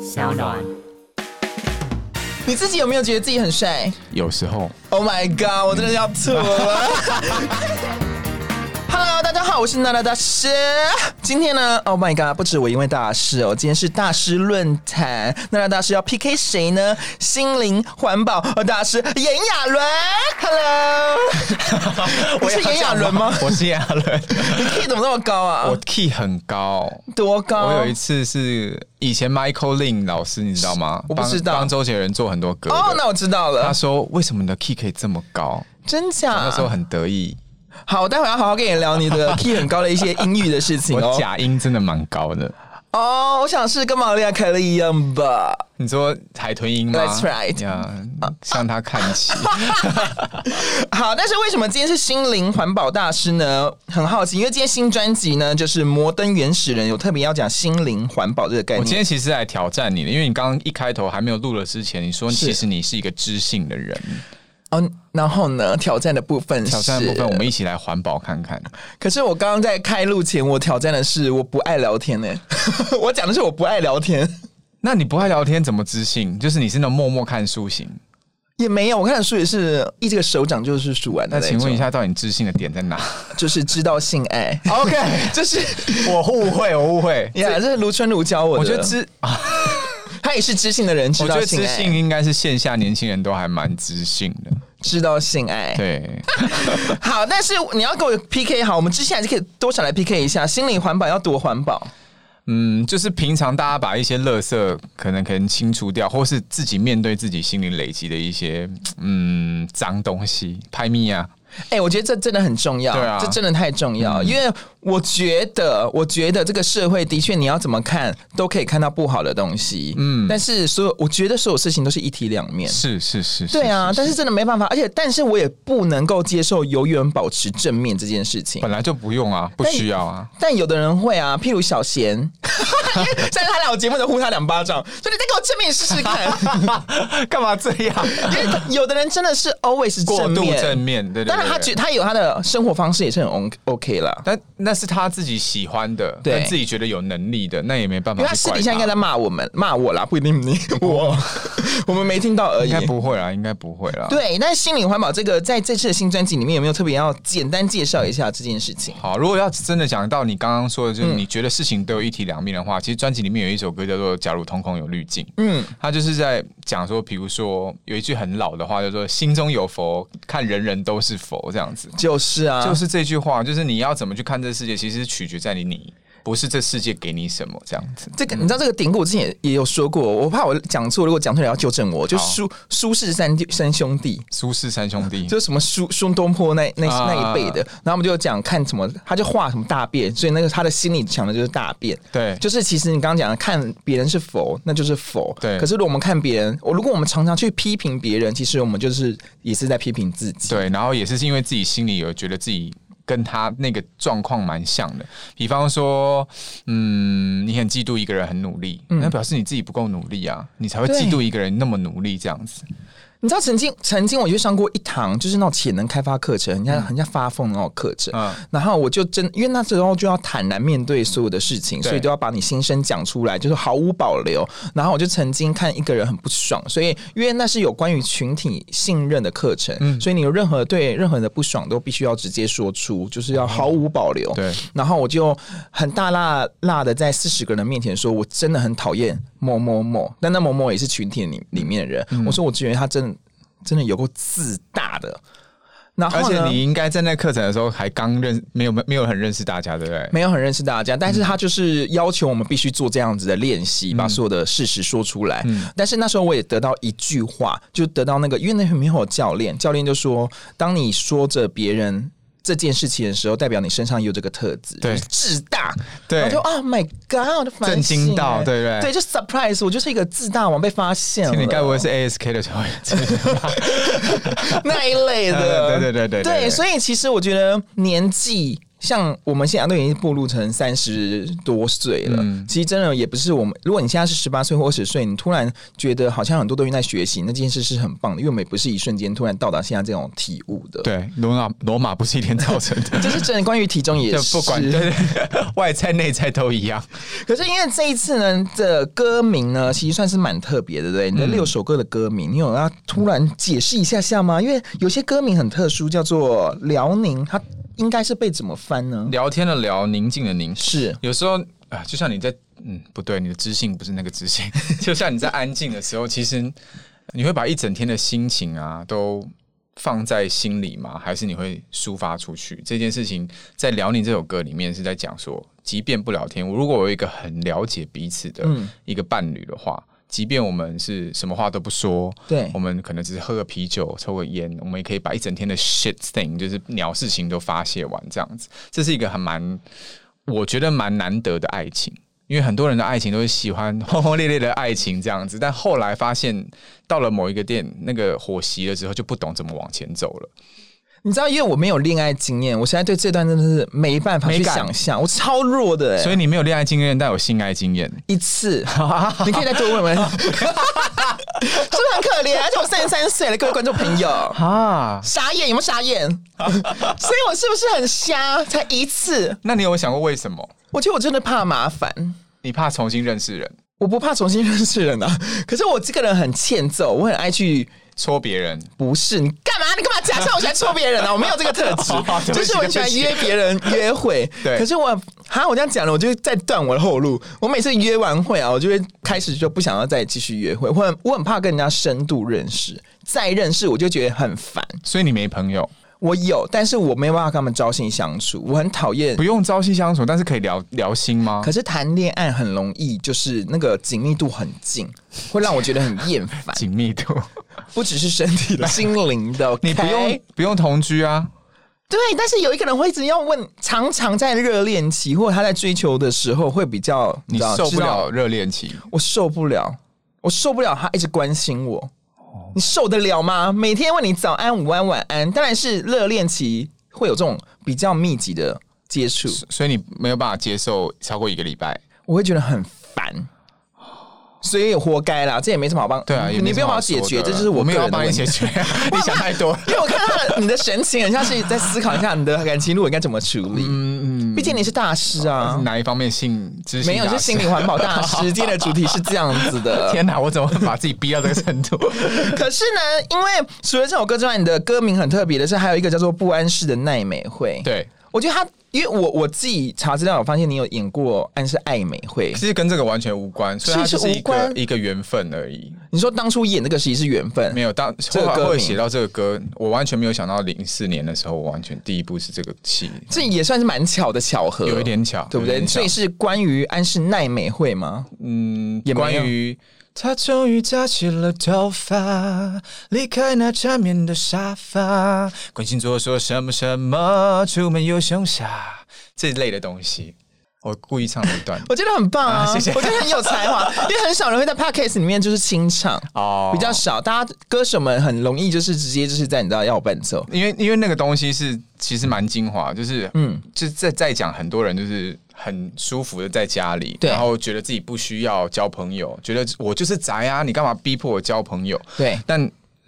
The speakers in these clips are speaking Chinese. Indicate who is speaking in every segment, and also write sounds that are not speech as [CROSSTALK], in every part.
Speaker 1: 小暖。
Speaker 2: 你自己有没有觉得自己很帅
Speaker 3: 有时 [LAUGHS] 候
Speaker 2: ？Oh my god！我真的要吐了。Hello，大家好，我是娜娜大师。今天呢，Oh my god，不止我一位大师哦，今天是大师论坛，娜娜大师要 PK 谁呢？心灵环保呃大师炎亚纶，Hello，我是炎亚纶吗？
Speaker 3: [LAUGHS] 我是炎亚纶，
Speaker 2: 你 key 怎么那么高啊？
Speaker 3: 我 key 很高。
Speaker 2: 多高？
Speaker 3: 我有一次是以前 Michael Lin 老师，你知道吗？
Speaker 2: 我不知道
Speaker 3: 帮帮周杰伦做很多歌的。
Speaker 2: 哦那我知道
Speaker 3: 他
Speaker 2: 了，
Speaker 3: 说为什么你的 key 可以这么高？
Speaker 2: 真假？
Speaker 3: 那时候很得意，
Speaker 2: 好，我待会要好好跟你聊你的 [LAUGHS] key 很高的一些英语的事情
Speaker 3: [LAUGHS] 我
Speaker 2: 哦。
Speaker 3: 假音真的蛮高的。
Speaker 2: 哦我想是跟玛利亚凯莉一样吧。
Speaker 3: 你说海豚音吗
Speaker 2: That's right 啊哎
Speaker 3: 呀，向他看
Speaker 2: [LAUGHS]
Speaker 3: 齐。
Speaker 2: 好，但是为什么今天是心灵环保大师呢？很好奇，因为今天新专辑呢，就是《摩登原始人》，有特别要讲心灵环保这个概
Speaker 3: 我今
Speaker 2: 念。
Speaker 3: 天其实来挑战你的，因为你刚刚一开头还没有录了之前，你说其实你是一个知性的人。
Speaker 2: 嗯、然后呢，挑战的部分是，
Speaker 3: 挑战的部分，我们一起来环保看看。
Speaker 2: 可是我刚刚在开录前，我挑战的是我不爱聊天呢、 [LAUGHS] 我讲的是我不爱聊天，
Speaker 3: 那你不爱聊天怎么知性？就是你是那种默默看书型。
Speaker 2: 也没有。我看的书也是一这个手掌就是数完的
Speaker 3: 那
Speaker 2: 种。
Speaker 3: 请问一下，到底知性的点在哪
Speaker 2: 就是知道性爱，
Speaker 3: [LAUGHS] ？OK，
Speaker 2: 就是
Speaker 3: 我误会，我误会。
Speaker 2: 呀，这是卢春如教我的。
Speaker 3: [LAUGHS] 我觉得知，
Speaker 2: 他也是知性的人，
Speaker 3: 我
Speaker 2: 知
Speaker 3: 觉
Speaker 2: 道
Speaker 3: 得哎
Speaker 2: 性
Speaker 3: 知
Speaker 2: 爱，
Speaker 3: 性应该是线下年轻人都还蛮知性的。
Speaker 2: 知道性爱。
Speaker 3: 对， [LAUGHS]
Speaker 2: 好，但是你要跟我 PK 好，我们之前还是可以多少来 PK 一下，心理环保要多环保。
Speaker 3: 嗯，就是平常大家把一些垃圾可能可能清除掉，或是自己面对自己心里累积的一些嗯脏东西，拍咪啊，
Speaker 2: 哎、我觉得这真的很重要，
Speaker 3: 对啊嗯
Speaker 2: 这真的太重要，因为我觉得，我觉得这个社会的确，你要怎么看都可以看到不好的东西，嗯，但是所有，我觉得所有事情都是一体两面。
Speaker 3: 是是是，是
Speaker 2: 对啊，
Speaker 3: 是
Speaker 2: 但是真的没办法，而且，但是我也不能够接受永远保持正面这件事情。
Speaker 3: 本来就不用啊，不需要啊。
Speaker 2: 但有的人会啊，譬如小贤， [LAUGHS] 因为上次他来我节目的呼他两巴掌，说你再给我正面试试看。
Speaker 3: [LAUGHS] 干嘛这 [LAUGHS] 样？
Speaker 2: 因为 [LAUGHS] 有的人真的是 always
Speaker 3: 过
Speaker 2: 正
Speaker 3: 度
Speaker 2: 面，
Speaker 3: 正面，对对对
Speaker 2: 当然他
Speaker 3: 对
Speaker 2: 觉他有他的生活方式也是很 O OK 啦，
Speaker 3: 但那是他自己喜欢的，
Speaker 2: 对
Speaker 3: 跟自己觉得有能力的，啊那也没办
Speaker 2: 因
Speaker 3: 法
Speaker 2: 为
Speaker 3: 去
Speaker 2: 他
Speaker 3: 怪。
Speaker 2: 私底下应该在骂我们，骂我啦，不一定
Speaker 3: [LAUGHS]
Speaker 2: 你我， [LAUGHS] 我们没听到而已
Speaker 3: 应。该不会啦，应该不会啦。，
Speaker 2: 对，但心灵环保这个在这次的新专辑里面有没有特别要简单介绍一下这件事情？
Speaker 3: 好，如果要真的讲到你刚刚说的，
Speaker 2: 嗯
Speaker 3: 就是你觉得事情都有一体两面的话，其实专辑里面有一首歌叫做《假如瞳孔有滤镜》，
Speaker 2: 嗯，
Speaker 3: 他就是在讲说，比如说有一句很老的话，叫做“心中有佛，看人人都是佛”这样子。
Speaker 2: 就是啊，
Speaker 3: 就是这句话，就是你要怎么去看这世界，其实取决在你你，不是这世界给你什么这样子。
Speaker 2: 这个你知道这个典故，我之前也也有说过，我怕我讲错，如果讲错了要纠正我。就苏苏氏三弟三兄弟，
Speaker 3: 苏氏三兄弟，
Speaker 2: 就是什么苏苏东坡那那
Speaker 3: 啊
Speaker 2: 那一辈的，然后我们就讲看什么，他就画什么大便，所以那个他的心里想的就是大便。
Speaker 3: 对
Speaker 2: 就是其实你刚刚讲的，看别人是佛，那就是佛。
Speaker 3: 对
Speaker 2: 可是如果我们看别人，我如果我们常常去批评别人，其实我们就是也是在批评自己。
Speaker 3: 对，然后也是因为自己心里有觉得自己跟他那个状况蛮像的，比方说，嗯，你很嫉妒一个人很努力，
Speaker 2: 嗯
Speaker 3: 那表示你自己不够努力啊，你才会
Speaker 2: 对
Speaker 3: 嫉妒一个人那么努力这样子。
Speaker 2: 你知道曾经曾经我去上过一堂，就是那种潜能开发课程，人家很像发疯那种课程。
Speaker 3: 嗯
Speaker 2: 然后我就真，因为那时候就要坦然面对所有的事情，
Speaker 3: 对
Speaker 2: 所以都要把你心声讲出来，就是毫无保留。然后我就曾经看一个人很不爽，所以因为那是有关于群体信任的课程，
Speaker 3: 嗯
Speaker 2: 所以你有任何对任何人的不爽都必须要直接说出，就是要毫无保留。
Speaker 3: 哦对
Speaker 2: 然后我就很大辣辣的在四十个人面前说，我真的很讨厌某某某，但那某某也是群体里里面的人。
Speaker 3: 嗯
Speaker 2: 我说我觉得他真的真的有够自大的。然后
Speaker 3: 而
Speaker 2: 呢
Speaker 3: 且你应该在那课程的时候还刚认，没有没有很认识大家，对不对？
Speaker 2: 没有很认识大家，但是他就是要求我们必须做这样子的练习，把所有的事实说出来。
Speaker 3: 嗯
Speaker 2: 但是那时候我也得到一句话，就得到那个，因为那里面有教练，教练就说，当你说着别人。这件事情的时候，代表你身上有这个特质，
Speaker 3: 对
Speaker 2: 就是自大，
Speaker 3: 对
Speaker 2: 我就 Oh my God，我就反省
Speaker 3: 震惊到
Speaker 2: 欸
Speaker 3: 对不对
Speaker 2: 对，就 surprise，我就是一个自大王被发现了，
Speaker 3: 你该不会是 ASK 的
Speaker 2: [LAUGHS]
Speaker 3: 时候？
Speaker 2: 那一类的，
Speaker 3: 对对对对对对
Speaker 2: 对，所以其实我觉得年纪。像我们现在都已经步入成三十多岁了，
Speaker 3: 嗯
Speaker 2: 其实真的也不是我们。如果你现在是十八岁或二十岁，你突然觉得好像很多东西在学习，那件事是很棒的，因为我们也不是一瞬间突然到达现在这种体悟的。，
Speaker 3: 对，罗马罗马不是一天造成的，
Speaker 2: 这是真的。关于体重也，
Speaker 3: [LAUGHS] 就是不管对对对外在内在都一样。
Speaker 2: 可是因为这一次呢的歌名呢，其实算是蛮特别的，对不对？你
Speaker 3: 嗯
Speaker 2: 的六首歌的歌名，你有要突然解释一下下吗？因为有些歌名很特殊，叫做辽宁，它应该是被怎么翻呢？
Speaker 3: 聊天的聊，宁静的宁，
Speaker 2: 嗯是
Speaker 3: 有时候啊、就像你在嗯，不对，你的知性不是那个知性， [LAUGHS] 就像你在安静的时候，其实你会把一整天的心情啊都放在心里吗？还是你会抒发出去？这件事情在《辽宁》这首歌里面是在讲说，即便不聊天，我如果我有一个很了解彼此的
Speaker 2: 嗯
Speaker 3: 一个伴侣的话。即便我们是什么话都不说，
Speaker 2: 对
Speaker 3: 我们可能只是喝个啤酒、抽个烟，我们也可以把一整天的 shit thing，就是鸟事情都发泄完，这样子，这是一个很蛮我觉得蛮难得的爱情，因为很多人的爱情都是喜欢 [LAUGHS] 轰轰烈烈的爱情这样子，但后来发现到了某一个店那个火熄了之后，就不懂怎么往前走了。
Speaker 2: 你知道，因为我没有恋爱经验，我现在对这段真的是没办法去
Speaker 3: 没感
Speaker 2: 想象，我超弱的、欸，
Speaker 3: 所以你没有恋爱经验，但有性爱经验，
Speaker 2: 一
Speaker 3: [LAUGHS]
Speaker 2: 次，你可以再多问问，是不是很可怜？而且我三十三岁了，各位观众朋
Speaker 3: [LAUGHS]
Speaker 2: 友，
Speaker 3: 啊？
Speaker 2: 傻眼有没有傻
Speaker 3: [LAUGHS]
Speaker 2: 眼？所以我是不是很瞎？才一次，
Speaker 3: 那你有想过为什么？
Speaker 2: 我觉得我真的怕麻烦。
Speaker 3: 你怕重新认识人，
Speaker 2: 我不怕重新认识人啊， [LAUGHS] 可是我这个人很欠揍，我很爱去。
Speaker 3: 戳别人？
Speaker 2: 不是你干嘛？你干嘛假象我喜欢戳别
Speaker 3: [LAUGHS]
Speaker 2: 人啊？我没有这个特
Speaker 3: 好好
Speaker 2: 质，
Speaker 3: 对不
Speaker 2: 就
Speaker 3: 起
Speaker 2: 是我很喜欢
Speaker 3: 对不起
Speaker 2: 约别人约会。
Speaker 3: [LAUGHS] 对
Speaker 2: 可是我哈，我这样讲了，我就在断我的后路。我每次约完会啊，我就会开始就不想要再继续约会，我很我很怕跟人家深度认识，再认识我就觉得很烦。
Speaker 3: 所以你没朋友，
Speaker 2: 我有，但是我没有办法跟他们朝夕相处，我很讨厌
Speaker 3: 不。用朝夕相处，但是可以聊聊心吗
Speaker 2: 可？是谈恋爱很容易，就是那个紧密度很近，会让我觉得很厌烦，
Speaker 3: 紧密度，
Speaker 2: 不只是身体的，心灵
Speaker 3: [LAUGHS]
Speaker 2: 的。
Speaker 3: 你不
Speaker 2: OK？
Speaker 3: 用不用同居啊？
Speaker 2: 对，但是有一个人会一直要问，常常在热恋期或者他在追求的时候会比较，
Speaker 3: 你
Speaker 2: 知道
Speaker 3: 受不，
Speaker 2: 知道
Speaker 3: 了热恋期，
Speaker 2: 我受不了，我受不了他一直关心我，
Speaker 3: 哦
Speaker 2: 你受得了吗？每天问你早安、午安、晚安，当然是热恋期会有这种比较密集的接触，
Speaker 3: 所以你没有办法接受超过一个礼拜。
Speaker 2: 我会觉得很烦。所以活该啦，这也没什么好帮。
Speaker 3: 哦对啊，也没
Speaker 2: 嗯你不用帮
Speaker 3: 什么好
Speaker 2: 我解决，
Speaker 3: 说的
Speaker 2: 这就是
Speaker 3: 我
Speaker 2: 个
Speaker 3: 没有要
Speaker 2: 人的
Speaker 3: 帮
Speaker 2: 问
Speaker 3: 你
Speaker 2: 题
Speaker 3: 解。决，
Speaker 2: [LAUGHS]
Speaker 3: 你想太多。
Speaker 2: 因为我看他的你的神情，很像是在思考一下你的感情路应该怎么处理。嗯嗯，毕竟你是大师啊，
Speaker 3: 哪一方面性知识？
Speaker 2: 没有，是心理环保大
Speaker 3: [LAUGHS]
Speaker 2: 师。今天的主题是这样子的。
Speaker 3: 天哪，我怎么会把自己逼到这个程度？ [LAUGHS]
Speaker 2: 可是呢，因为除了这首歌之外，你的歌名很特别的是，还有一个叫做《不安室的奈美惠》。，
Speaker 3: 对，
Speaker 2: 我觉得他，因为我我自己查资料，我发现你有演过《安室爱美惠》。
Speaker 3: 其实跟这个完全无关，所以它
Speaker 2: 是
Speaker 3: 就是是一
Speaker 2: 无关
Speaker 3: 个一个缘分而已。
Speaker 2: 你说当初演那个其实是缘分
Speaker 3: 没，有当
Speaker 2: 这个
Speaker 3: 后来
Speaker 2: 歌
Speaker 3: 会
Speaker 2: 名
Speaker 3: 写到这个歌，我完全没有想到零四年的时候，我完全第一部是这个戏，
Speaker 2: 这也算是蛮巧的巧合，
Speaker 3: 有一点巧，
Speaker 2: 对不
Speaker 3: 有一
Speaker 2: 对？
Speaker 3: 点巧
Speaker 2: 所以是关于安室奈美惠吗？
Speaker 3: 嗯
Speaker 2: 也，没
Speaker 3: 关
Speaker 2: 有
Speaker 3: 于他终于扎起了头发，离开那缠绵的沙发，关心做说什么什么，出门有凶杀这一类的东西，我故意唱了一
Speaker 2: [LAUGHS]
Speaker 3: 段
Speaker 2: 我觉得很棒啊，
Speaker 3: 啊谢谢
Speaker 2: 我觉得很有才华，
Speaker 3: [LAUGHS]
Speaker 2: 因为很少人会在 podcast 里面就是清唱。
Speaker 3: 哦
Speaker 2: 比较少，大家歌手们很容易就是直接就是在你知道要伴奏，
Speaker 3: 因为因为那个东西是其实蛮精华，就是
Speaker 2: 嗯
Speaker 3: 嗯，就是在在讲很多人就是很舒服的在家里，
Speaker 2: 对
Speaker 3: 然后觉得自己不需要交朋友，觉得我就是宅啊，你干嘛逼迫我交朋友？
Speaker 2: 对
Speaker 3: 但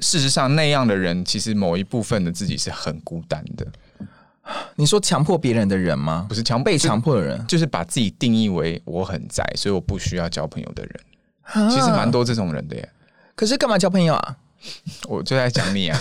Speaker 3: 事实上那样的人，其实某一部分的自己是很孤单的，
Speaker 2: 你说强迫别人的人吗？
Speaker 3: 不是强
Speaker 2: 被
Speaker 3: 就
Speaker 2: 强迫的人，
Speaker 3: 就是把自己定义为我很宅，所以我不需要交朋友的人，其实蛮
Speaker 2: 啊。
Speaker 3: 多这种人的耶。
Speaker 2: 可是干嘛交朋友啊？
Speaker 3: 我就在讲
Speaker 2: [LAUGHS]
Speaker 3: 你啊，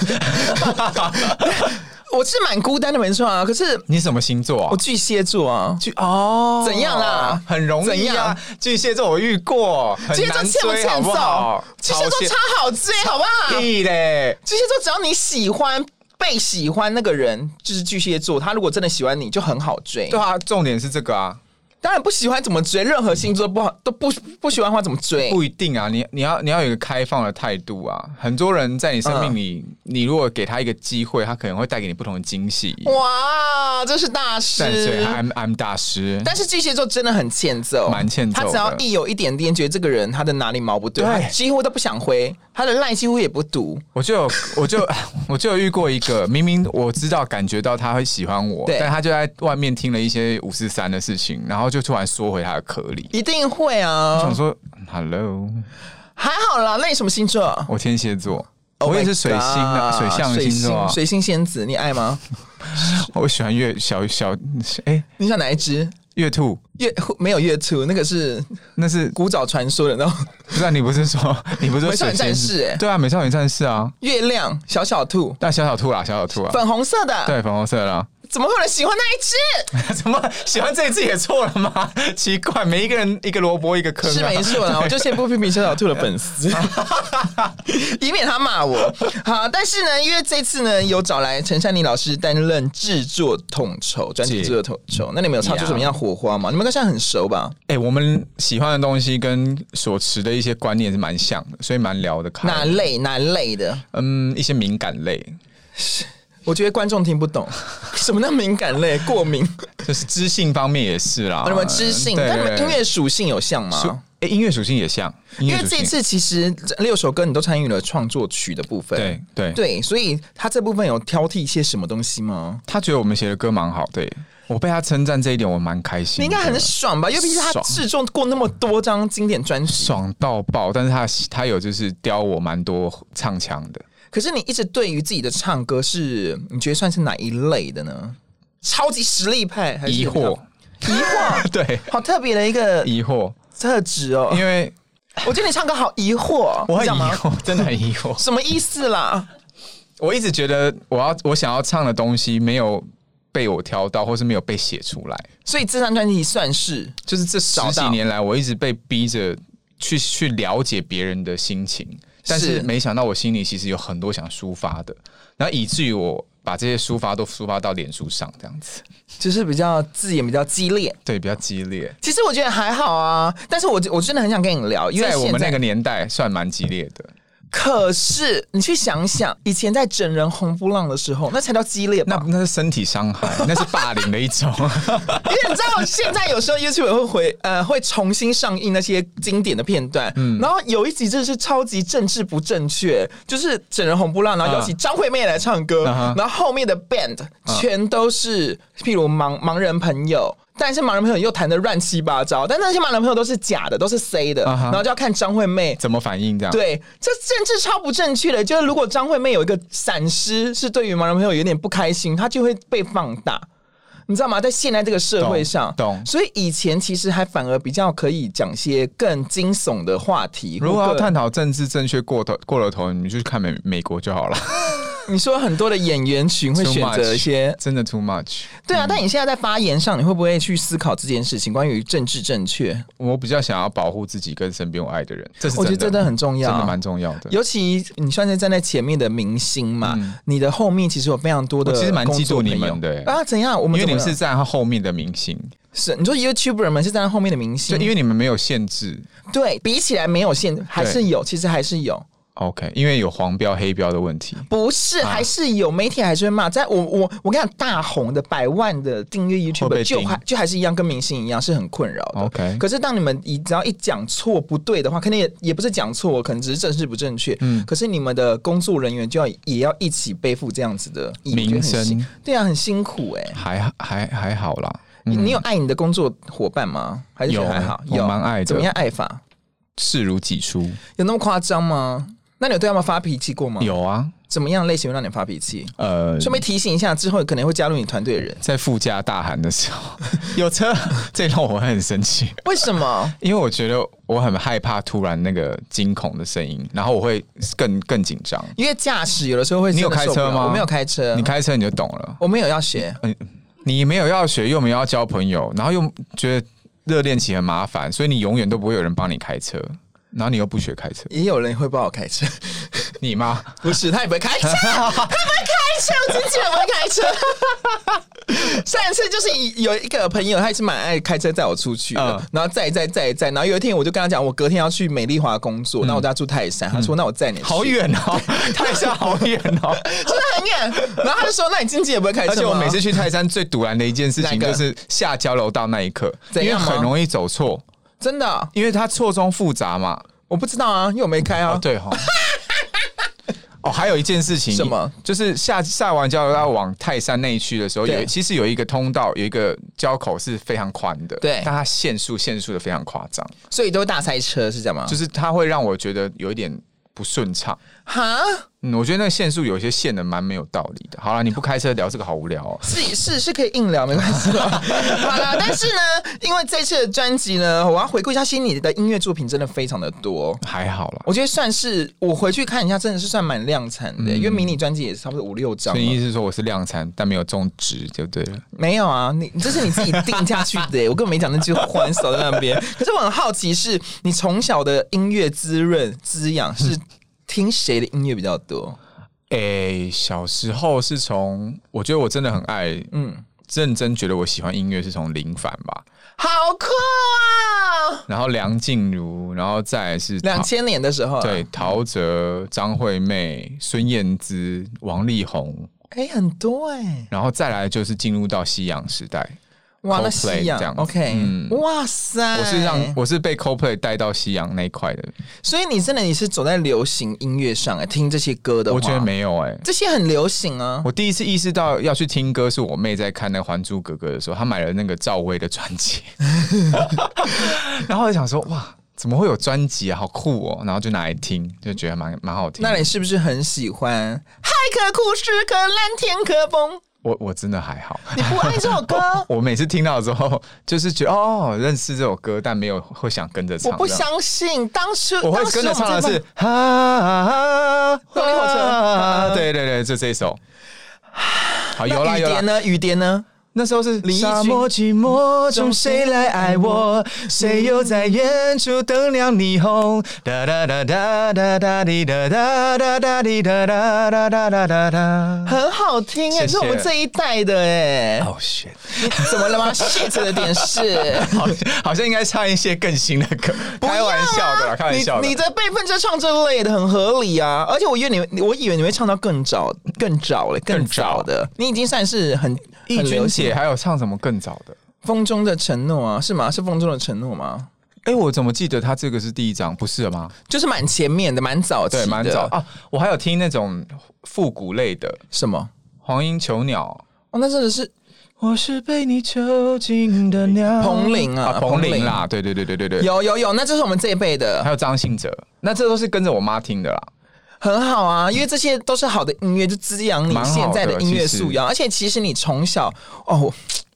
Speaker 2: 我是蛮孤单的，没错啊。可是
Speaker 3: 你什么星座
Speaker 2: 我
Speaker 3: 啊？
Speaker 2: 巨蟹座啊，
Speaker 3: 巨哦
Speaker 2: 怎样啦
Speaker 3: 很容
Speaker 2: 怎
Speaker 3: 易
Speaker 2: 样
Speaker 3: 啊！巨蟹座我遇过，很
Speaker 2: 巨蟹座
Speaker 3: 难
Speaker 2: 欠不
Speaker 3: 追
Speaker 2: 欠
Speaker 3: 好不
Speaker 2: 揍
Speaker 3: 好？？
Speaker 2: 巨蟹
Speaker 3: 好
Speaker 2: 座
Speaker 3: 险
Speaker 2: 超好追，好不好？
Speaker 3: 屁嘞！
Speaker 2: 巨蟹座只要你喜欢被喜欢那个人，就是巨蟹座，他如果真的喜欢你就很好追。
Speaker 3: 对啊，重点是这个啊，
Speaker 2: 当然不喜欢怎么追，任何星座不好都不不喜欢的话怎么追？
Speaker 3: 不一定啊，你你要你要有一个开放的态度啊。很多人在你生命里，
Speaker 2: 嗯
Speaker 3: 你如果给他一个机会，他可能会带给你不同的惊喜。
Speaker 2: [LAUGHS] 哇，这是大
Speaker 3: 但是
Speaker 2: 师。
Speaker 3: ，I'm I'm 大师，
Speaker 2: 但是巨蟹座真的很欠揍，
Speaker 3: 蛮欠揍的
Speaker 2: 他只要一有一点点觉得这个人他的哪里毛不对，
Speaker 3: 对
Speaker 2: 他几乎都不想回，他的赖几乎也不读。
Speaker 3: 我就有我就 [LAUGHS] 我就有遇过一个，明明我知道感觉到他会喜欢我，
Speaker 2: 对
Speaker 3: 但他就在外面听了一些五四三的事情，然后就突然缩回他的壳里。
Speaker 2: 一定会
Speaker 3: 我想
Speaker 2: 啊，
Speaker 3: 说，Hello，
Speaker 2: 还好啦。那你什么星座？
Speaker 3: 我天蝎座。
Speaker 2: Oh my
Speaker 3: 我也是水星啊，
Speaker 2: God，
Speaker 3: 水象
Speaker 2: 水
Speaker 3: 星座啊
Speaker 2: 星，水星仙子，你爱吗？
Speaker 3: 我喜欢月小小哎、
Speaker 2: 你想哪一只？
Speaker 3: 月兔，
Speaker 2: 月没有月兔，那个是
Speaker 3: 那是
Speaker 2: 古早传说的那种
Speaker 3: 不是、啊、你不是说你不是说
Speaker 2: 美少女
Speaker 3: 水
Speaker 2: 战
Speaker 3: 仙
Speaker 2: 士欸
Speaker 3: 对啊，美少女战士啊，
Speaker 2: 月亮小小兔，
Speaker 3: 但小小兔啦，小小兔啊，
Speaker 2: 粉红色的，
Speaker 3: 对，粉红色啊啦。
Speaker 2: 怎么会有人喜欢那一只？
Speaker 3: [LAUGHS] 怎么喜欢这一次也错了吗？ [LAUGHS] 奇怪，每一个人一个萝卜一个坑、啊，
Speaker 2: 是没错啦，我就先不批评小小兔的粉丝， [LAUGHS] 以免他骂我。好，但是呢，因为这次呢有找来陈珊妮老师担任制作统筹，专辑
Speaker 3: 是
Speaker 2: 制作统筹，那你们有擦出什么样的火花吗？你们应该现在很熟吧？
Speaker 3: 哎、我们喜欢的东西跟所持的一些观念是蛮像的，所以蛮聊得开。
Speaker 2: 哪类哪类的？
Speaker 3: 嗯，一些敏感类，
Speaker 2: 我觉得观众听不 [LAUGHS] 懂什么叫敏感类过敏，
Speaker 3: 就是知性方面也是啦。
Speaker 2: 哦你们知性，
Speaker 3: 对
Speaker 2: 但你们音乐属性有像
Speaker 3: 属
Speaker 2: 吗？
Speaker 3: 哎、音乐属性也像，音
Speaker 2: 因
Speaker 3: 乐
Speaker 2: 为
Speaker 3: 属
Speaker 2: 这
Speaker 3: 性
Speaker 2: 一次其实这六首歌你都参与了创作曲的部分，
Speaker 3: 对对
Speaker 2: 对，所以他这部分有挑剔一些什么东西吗？
Speaker 3: 他觉得我们写的歌蛮好的耶，我被他称赞这一点，我蛮开心的。
Speaker 2: 你应该很爽吧？因为毕竟他
Speaker 3: 爽
Speaker 2: 制作过那么多张经典专辑，
Speaker 3: 爽到爆，但是他他有就是雕我蛮多唱腔的。
Speaker 2: 可是你一直对于自己的唱歌是，你觉得算是哪一类的呢？超级实力派还是
Speaker 3: 疑
Speaker 2: 有比较
Speaker 3: 惑，，
Speaker 2: 疑惑
Speaker 3: [LAUGHS] 对，
Speaker 2: 好特别的一个
Speaker 3: 疑惑，
Speaker 2: 特质哦。
Speaker 3: 因为
Speaker 2: 我觉得你唱歌好疑惑，哦
Speaker 3: 我
Speaker 2: 你
Speaker 3: 很
Speaker 2: 知道
Speaker 3: 疑
Speaker 2: 吗？
Speaker 3: 惑， [LAUGHS] 真的很疑惑。
Speaker 2: 什么意思啦？
Speaker 3: 我一直觉得我要我想要唱的东西没有被我挑到，或是没有被写出来。
Speaker 2: 所以这张专辑算是
Speaker 3: 就是这十
Speaker 2: 找
Speaker 3: 几
Speaker 2: 到
Speaker 3: 年来，我一直被逼着去去了解别人的心情，但是
Speaker 2: 是
Speaker 3: 没想到我心里其实有很多想抒发的，然后以至于我把这些抒发都抒发到脸书上，这样子，
Speaker 2: 就是比较字眼比较激烈。
Speaker 3: 对，比较激烈。
Speaker 2: 其实我觉得还好啊，但是我我真的很想跟你聊，因为
Speaker 3: 在我
Speaker 2: 现
Speaker 3: 们那个年代算蛮激烈的，
Speaker 2: 可是你去想想，以前在整人红不浪的时候，那才叫激烈
Speaker 3: 那
Speaker 2: 吧？
Speaker 3: 那是身体伤害，那是霸凌的一种。 [LAUGHS]
Speaker 2: [LAUGHS] 因为你知道，现在有时候 YouTube 会回呃会重新上映那些经典的片段，然后有一集真的是超级政治不正确，就是整人红不浪，然后
Speaker 3: 嗯
Speaker 2: 尤其张惠妹来唱歌，
Speaker 3: 嗯哼
Speaker 2: 然后后面的 band 全都是譬如盲盲人朋友。但是盲人朋友又弹的乱七八糟，但那些盲人朋友都是假的，都是 C 的
Speaker 3: 嗯哼
Speaker 2: 然后就要看张惠妹
Speaker 3: 怎么反应这样？，
Speaker 2: 对，这政治超不正确的。就是如果张惠妹有一个闪失，是对于盲人朋友有点不开心，她就会被放大。你知道吗？在现在这个社会上，
Speaker 3: 懂懂
Speaker 2: 所以以前其实还反而比较可以讲些更惊悚的话题。
Speaker 3: 如果
Speaker 2: 或
Speaker 3: 要
Speaker 2: 更
Speaker 3: 探讨政治正确过头过了头，你们就去看美美国就好 [LAUGHS] 了。
Speaker 2: 你说很多的演员群会
Speaker 3: Too
Speaker 2: 选择
Speaker 3: much
Speaker 2: 一些，
Speaker 3: 真的 too much。
Speaker 2: 对啊。但你现在在发言上，你会不会去思考这件事情？关于政治正确，
Speaker 3: 我比较想要保护自己跟身边我爱的人，这是
Speaker 2: 我觉得
Speaker 3: 真
Speaker 2: 真
Speaker 3: 的
Speaker 2: 的很重要，啊
Speaker 3: 真的蛮重要的。
Speaker 2: 尤其你算是站在前面的明星嘛，你的后面其实有非常多的
Speaker 3: 嗯我
Speaker 2: 工
Speaker 3: 其
Speaker 2: 作
Speaker 3: 实
Speaker 2: 朋
Speaker 3: 蛮
Speaker 2: 友，
Speaker 3: 嫉妒你们的欸
Speaker 2: 啊！怎样？我们
Speaker 3: 因为你们
Speaker 2: 怎么
Speaker 3: 是
Speaker 2: 了
Speaker 3: 在他后面的明星，
Speaker 2: 是你说 YouTuber 们是站在后面的明
Speaker 3: 就
Speaker 2: 星，
Speaker 3: 因
Speaker 2: 为
Speaker 3: 为你们没有限制
Speaker 2: 对比起来没有限，还是有，其实还是有。
Speaker 3: ，OK，因为有黄标黑标的问题。
Speaker 2: 不是，
Speaker 3: 啊
Speaker 2: 还是有媒体还是会骂。在我我我跟你讲，大红的百万的订阅
Speaker 3: 会
Speaker 2: YouTube
Speaker 3: 被
Speaker 2: 就
Speaker 3: 盯
Speaker 2: 还就还是一样，跟明星一样是很困扰的。
Speaker 3: OK
Speaker 2: 可是当你们一只要一讲错不对的话，肯定也也不是讲错，可能只是正事不正确。嗯，可是你们的工作人员就要也要一起背负这样子的义务
Speaker 3: 名
Speaker 2: 我觉得很辛
Speaker 3: 声
Speaker 2: 对啊，很辛苦哎、
Speaker 3: 还还还好啦，嗯
Speaker 2: 你你有爱你的工作伙伴吗？还是觉得
Speaker 3: 有
Speaker 2: 还好？
Speaker 3: 我蛮爱的
Speaker 2: 怎么样爱法？
Speaker 3: 视如己出。
Speaker 2: 有那么夸张吗？那你有对他们发脾气过吗？，
Speaker 3: 有啊，
Speaker 2: 怎么样类型会让你发脾气？
Speaker 3: 呃，
Speaker 2: 顺便提醒一下，之后可能会加入你团队的人，
Speaker 3: 在副驾大喊的时候， [LAUGHS] 有车，这让我很生气，
Speaker 2: 为什么？
Speaker 3: 因为我觉得我很害怕突然那个惊恐的声音，然后我会更更紧张。
Speaker 2: 因为驾驶有的时候会
Speaker 3: 你有
Speaker 2: 真的受不了
Speaker 3: 开车吗
Speaker 2: 我没有开车，
Speaker 3: 你开车你就懂了，呃
Speaker 2: 我没有要学，
Speaker 3: 你没有要学，又没有要交朋友，然后又觉得热恋期很麻烦，所以你永远都不会有人帮你开车，然后你又不学开车，
Speaker 2: 也有人会帮我开 [LAUGHS] 车，
Speaker 3: 你吗？ [LAUGHS]
Speaker 2: 不是他也不会开车，他不会开车，我经纪人不会开车。 [LAUGHS] 上一次就是有一个朋友，他也是蛮爱开车载我出去的，
Speaker 3: 嗯
Speaker 2: 然后载载载载，然后有一天我就跟他讲，我隔天要去美丽华工作，那、我家住泰山，他说那我载你，
Speaker 3: 嗯好，远哦，泰山好远
Speaker 2: [LAUGHS]
Speaker 3: 哦。
Speaker 2: 真的很远。然后他就说，那你经济也不会开车
Speaker 3: 而
Speaker 2: 吗？
Speaker 3: 且我每次去泰山最堵然的一件事情
Speaker 2: 哪个
Speaker 3: 就是下交流道那一刻，因
Speaker 2: 怎
Speaker 3: 为
Speaker 2: 样吗
Speaker 3: 很容易走错，
Speaker 2: 真的啊
Speaker 3: 因为它错综复杂嘛。
Speaker 2: 我不知道啊，因为我没开啊。
Speaker 3: 哦，对哈。哦，还有一件事情，
Speaker 2: 什么？
Speaker 3: 就是下下完交流道往泰山那一区的时候，
Speaker 2: 对
Speaker 3: 有其实有一个通道，有一个交口是非常宽的，
Speaker 2: 对
Speaker 3: 但它限速限速的非常夸张，
Speaker 2: 所以都大塞车是这样吗？
Speaker 3: 就是它会让我觉得有一点不顺畅。
Speaker 2: 哈，
Speaker 3: 嗯，我觉得那个限速有些限的蛮没有道理的。好了，你不开车聊这个好无聊哦。
Speaker 2: 是是是可以硬聊，没关系 [LAUGHS] 啦。好了，但是呢，因为这次的专辑呢，我要回顾一下，心里的音乐作品真的非常的多。
Speaker 3: 还好啦，
Speaker 2: 我觉得算是我回去看一下，真的是算蛮量产的，因为迷你专辑也是差不多五六张
Speaker 3: 所
Speaker 2: 嘛。
Speaker 3: 以你意思是说我是量产，但没有种植就对了。
Speaker 2: 没有啊，你这是你自己定下去的耶，我根本没讲那句话，你少在那边。 [LAUGHS] 可是我很好奇是，你从小的音乐滋润滋养是听谁的音乐比较多？
Speaker 3: 诶、小时候是从，我觉得我真的很爱，嗯，认真觉得我喜欢音乐是从林凡吧，
Speaker 2: 好酷啊！
Speaker 3: 然后梁静茹，然后再来是
Speaker 2: 两
Speaker 3: 陶
Speaker 2: 千年的时候、啊，
Speaker 3: 对，陶喆、张惠妹、孙燕姿、王力宏，
Speaker 2: 哎、很多哎、
Speaker 3: 然后再来就是进入到西洋时代。
Speaker 2: 哇，那
Speaker 3: Coldplay
Speaker 2: 西洋
Speaker 3: 这样子
Speaker 2: OK，、
Speaker 3: 嗯
Speaker 2: 哇塞！
Speaker 3: 我是让，我是被 CoPlay 带到西洋那一块的，
Speaker 2: 所以你真的你是走在流行音乐上哎、听这些歌的话，
Speaker 3: 我觉得没有哎、
Speaker 2: 这些很流行啊。
Speaker 3: 我第一次意识到要去听歌，是我妹在看那《还珠格格》的时候，她买了那个赵薇的专辑，
Speaker 2: [LAUGHS]
Speaker 3: 然后我就想说哇，怎么会有专辑啊，好酷哦！然后就拿来听，就觉得蛮蛮好听的。
Speaker 2: 那你是不是很喜欢？海可枯，石可烂，天可崩。
Speaker 3: 我我真的还好，？
Speaker 2: 你不爱这首歌
Speaker 3: [LAUGHS] 我每次听到之后，就是觉得哦，认识这首歌，但没有会想跟着唱。
Speaker 2: 我不
Speaker 3: 这样，
Speaker 2: 相信，当时
Speaker 3: 我会跟着
Speaker 2: 当时
Speaker 3: 唱的
Speaker 2: 我们这
Speaker 3: 是
Speaker 2: 班
Speaker 3: 哈哈
Speaker 2: 动力火车
Speaker 3: 哈，对对对，就这一首。好，有啦
Speaker 2: 那雨
Speaker 3: 有啦
Speaker 2: 蝶，呢？雨蝶呢？
Speaker 3: 那时候是
Speaker 2: 李翊君
Speaker 3: 沙漠寂寞中，谁来爱我？谁又在远处灯亮霓虹？哒哒哒哒哒哒滴哒哒哒哒滴哒哒哒哒哒哒哒。
Speaker 2: 很好听哎、
Speaker 3: 谢谢
Speaker 2: 是我们这一代的哎、
Speaker 3: 哦 shit！
Speaker 2: 怎么了吗？shit 的点是。
Speaker 3: [LAUGHS] 好，好像应该唱一些更新的歌。开玩笑的啦，开玩
Speaker 2: 啊
Speaker 3: 笑的
Speaker 2: 你。你的辈分就唱这类的，很合理啊。而且我以为你，我以为你会唱到更早、更早嘞、更早的。你已经算是很
Speaker 3: 易
Speaker 2: 很流
Speaker 3: 君
Speaker 2: 行
Speaker 3: 姐还有唱什么更早的？
Speaker 2: 风中的承诺》啊，是吗？是《风中的承诺》吗？
Speaker 3: 哎，我怎么记得她这个是第一张，不是吗？
Speaker 2: 就是蛮前面的，蛮早期的，
Speaker 3: 对，蛮早啊。我还有听那种复古类的
Speaker 2: 什么？
Speaker 3: 黄莺囚鸟。
Speaker 2: 哦，那真的是
Speaker 3: 我是被你囚禁的鸟。
Speaker 2: 彭羚啊
Speaker 3: 彭
Speaker 2: 彭
Speaker 3: 羚
Speaker 2: 羚
Speaker 3: 啦，对对对对对对。
Speaker 2: 有有有，那就是我们这一辈的
Speaker 3: 还，有张信哲，那这都是跟着我妈听的啦。
Speaker 2: 很好啊，因为这些都是好的音乐，就滋养你
Speaker 3: 蛮好的
Speaker 2: 现在的音乐
Speaker 3: 其实
Speaker 2: 素养。而且其实你从小哦，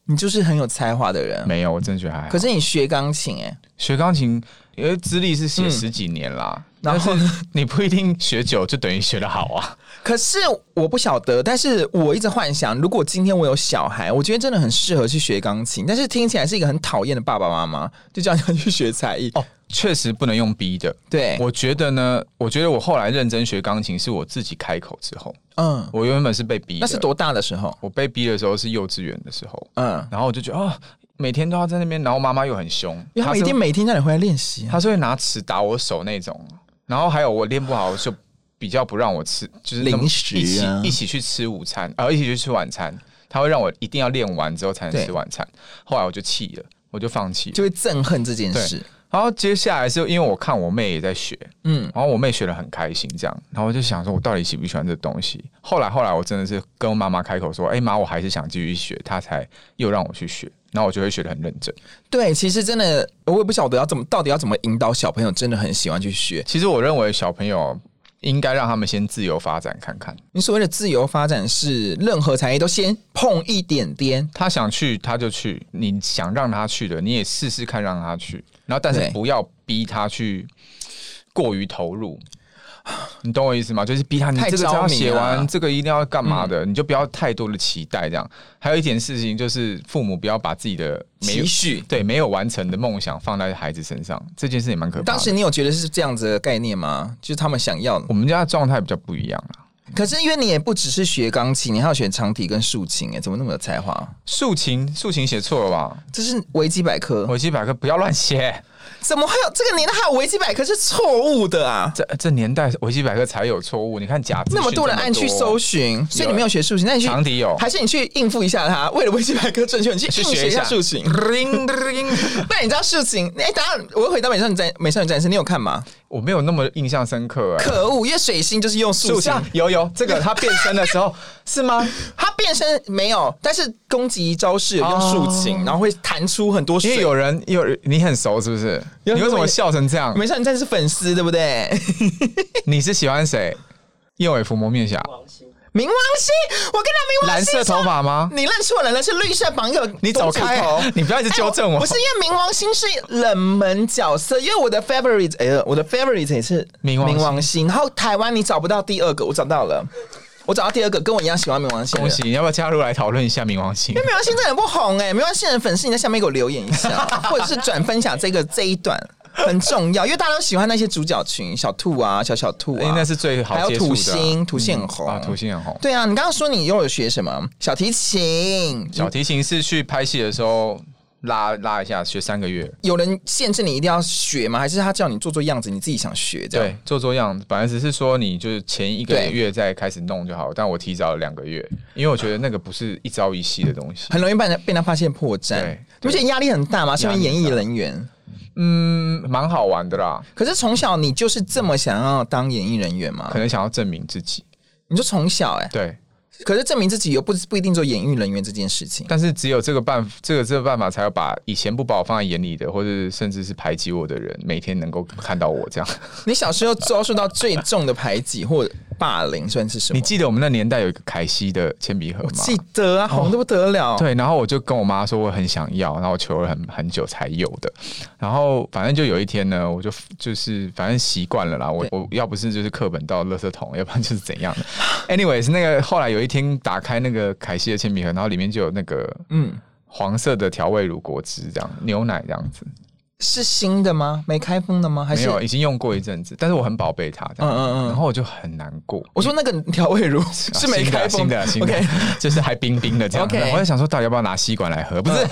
Speaker 2: 你就是很有才华的人，
Speaker 3: 没有，我真的觉得还好。
Speaker 2: 嗯可是你学钢琴哎、
Speaker 3: 学钢琴，因为资历是写十几年啦，
Speaker 2: 嗯然
Speaker 3: 但是
Speaker 2: 后
Speaker 3: 你不一定学久就等于学得好啊。
Speaker 2: 可是我不晓得，但是我一直幻想，如果今天我有小孩，我觉得真的很适合去学钢琴。但是听起来是一个很讨厌的爸爸妈妈，就叫他去学才艺。
Speaker 3: 哦，确实不能用逼的。
Speaker 2: 对，
Speaker 3: 我觉得呢，我觉得我后来认真学钢琴是我自己开口之后，
Speaker 2: 嗯，
Speaker 3: 我原本是被逼的。
Speaker 2: 那是多大的时候？
Speaker 3: 我被逼的时候是幼稚园的时候，
Speaker 2: 嗯，
Speaker 3: 然后我就觉得啊，每天都要在那边，然后妈妈又很凶，
Speaker 2: 因为他
Speaker 3: 她
Speaker 2: 们
Speaker 3: 是
Speaker 2: 一定每天叫你回来练习、啊。
Speaker 3: 他是会拿尺打我手那种，然后还有我练不好就比较不让我吃，就是那么
Speaker 2: 零食
Speaker 3: 一起
Speaker 2: 啊
Speaker 3: 一起去吃午餐，呃，一起去吃晚餐，他会让我一定要练完之后才能吃
Speaker 2: 对
Speaker 3: 晚餐。后来我就气了，我就放弃了。
Speaker 2: 就会憎恨这件事，
Speaker 3: 然后接下来是因为我看我妹也在学，
Speaker 2: 嗯，
Speaker 3: 然后我妹学的很开心，这样，然后我就想说，我到底喜不喜欢这东西？后来后来我真的是跟妈妈开口说，哎、妈，我还是想继续学，她才又让我去学，然后我就会学的很认真。
Speaker 2: 对，其实真的，我也不晓得要怎么，到底要怎么引导小朋友真的很喜欢去学。
Speaker 3: 其实我认为小朋友应该让他们先自由发展看看。
Speaker 2: 你所谓的自由发展是任何才艺都先碰一点点，
Speaker 3: 他想去他就去，你想让他去的，你也试试看让他去，然后但是
Speaker 2: 对
Speaker 3: 不要逼他去过于投
Speaker 2: [SIGHS]
Speaker 3: 入。你懂我意思吗？就是逼他，你
Speaker 2: 太
Speaker 3: 这个就要写
Speaker 2: 着迷
Speaker 3: 完，
Speaker 2: 了嗯
Speaker 3: 这个一定要干嘛的，你就不要太多的期待。这样，还有一点事情就是，父母不要把自己的没有
Speaker 2: 期许。
Speaker 3: 对没有完成的梦想放在孩子身上，这件事也蛮可怕的。
Speaker 2: 当时你有觉得是这样子的概念吗？就是他们想要
Speaker 3: 我们家的状态比较不一样啦，啊
Speaker 2: 可是因为你也不只是学钢琴，你还要选长笛跟竖琴，哎，怎么那么有才华？
Speaker 3: 竖琴，竖琴写错了吧？
Speaker 2: 这是维基百科，
Speaker 3: 维基百科不要乱写，
Speaker 2: 怎么会有这个年代还有维基百科是错误的啊？
Speaker 3: 这这年代维基百科才有错误。你看假资讯
Speaker 2: 那么多人
Speaker 3: 这
Speaker 2: 按去搜寻，所以你没有学竖琴，那你去
Speaker 3: 长笛有
Speaker 2: 还是你去应付一下它？为了维基百科正确，你去
Speaker 3: 去
Speaker 2: 应
Speaker 3: 学
Speaker 2: 学
Speaker 3: 一
Speaker 2: 一 [LAUGHS]
Speaker 3: 下
Speaker 2: 下竖琴。
Speaker 3: 叮叮，
Speaker 2: 那你知道竖琴？哎、当然，我又回到美少女战美少女战士，你有看吗？
Speaker 3: 我没有那么印象深刻、哎，
Speaker 2: 可恶，啊因为水星就是用
Speaker 3: 竖
Speaker 2: 竖
Speaker 3: 琴
Speaker 2: 琴，
Speaker 3: 有有这个，他变身的时候是吗？
Speaker 2: 它变身没有，但是攻击招式有用竖琴，然后会弹出很多
Speaker 3: 因
Speaker 2: 水。
Speaker 3: 哦为有人有你很熟是不是？你
Speaker 2: 有人
Speaker 3: 为什么
Speaker 2: 问
Speaker 3: 笑成这样？
Speaker 2: 美少女战士粉丝对不对？
Speaker 3: 你是喜欢谁？燕尾服蒙面侠，
Speaker 2: 冥王星，我跟他冥王
Speaker 3: 蓝
Speaker 2: 星
Speaker 3: 色头发吗？
Speaker 2: 你认错人了，是绿色朋友。
Speaker 3: 你走开哦
Speaker 2: 公主啊头
Speaker 3: 你不要一直纠正我
Speaker 2: 哎不是因为冥王星是冷门角色，因为我的 favorite，哎呦，我的 favorite 也是
Speaker 3: 冥王星
Speaker 2: 星。然后台湾你找不到第二个，我找到了，我找到第二个跟我一样喜欢冥王星的
Speaker 3: 恭。喜！你要不要加入来讨论一下冥王星
Speaker 2: 因？为冥王星真的很不红哎、冥王星的粉丝你在下面给我留言一下， [LAUGHS] 或者是转分享这个这一段很重要，因为大家都喜欢那些主角群，小兔啊、小小兔
Speaker 3: 因
Speaker 2: 啊，
Speaker 3: 哎为那是最好
Speaker 2: 还有
Speaker 3: 接触的
Speaker 2: 土星，土星很红
Speaker 3: 啊，土星很红。
Speaker 2: 对啊，你刚刚说你又有学什么小提琴？
Speaker 3: 小提琴是去拍戏的时候拉拉一下，学三个月。
Speaker 2: 有人限制你一定要学吗？还是他叫你做做样子，你自己想学这样？
Speaker 3: 对，做做样子，本来只是说你就是前一个月再开始弄就好，但我提早了两个月，因为我觉得那个不是一朝一夕的东西。
Speaker 2: 很容易被人被他发现破绽
Speaker 3: 对，
Speaker 2: 你不觉得压力很大吗？身为演艺人员，
Speaker 3: 嗯，蛮好玩的啦，
Speaker 2: 可是从小你就是这么想要当演艺人员吗
Speaker 3: 可？能想要证明自己。
Speaker 2: 你就从小哎、
Speaker 3: 对，
Speaker 2: 可是证明自己又不不一定做演艺人员这件事情。
Speaker 3: 但是只有这个办，这个这个办法才有把以前不把我放在眼里的，或者甚至是排挤我的人，每天能够看到我这
Speaker 2: [LAUGHS]
Speaker 3: 样。
Speaker 2: 你小时候遭受到最重的排挤或霸凌算是什么
Speaker 3: 你？记得我们那年代有一个凯西的铅笔盒吗？
Speaker 2: 记得啊，红的不得了。
Speaker 3: 对，然后我就跟我妈说我很想要，然后我求了很很久才有的。然后反正就有一天呢，我就就是反正习惯了啦。我我要不是就是课本到垃圾桶，要不然就是怎样的。Anyways，那个后来有一天打开那个凯西的铅笔盒，然后里面就有那个
Speaker 2: 嗯，
Speaker 3: 黄色的调味乳果汁这样，牛奶这样子。
Speaker 2: 是新的吗？没开封的吗？还
Speaker 3: 没
Speaker 2: 是
Speaker 3: 有，已经用过一阵子，但是我很宝贝它这样。
Speaker 2: 嗯嗯嗯
Speaker 3: 然后我就很难过。
Speaker 2: 我说那个调味乳
Speaker 3: 啊
Speaker 2: [LAUGHS] 是没
Speaker 3: 新的
Speaker 2: 开封
Speaker 3: 新的新的
Speaker 2: OK，
Speaker 3: [LAUGHS] 就是还冰冰的这样。
Speaker 2: OK
Speaker 3: 我在想说，到底要不要拿吸管来喝？不是，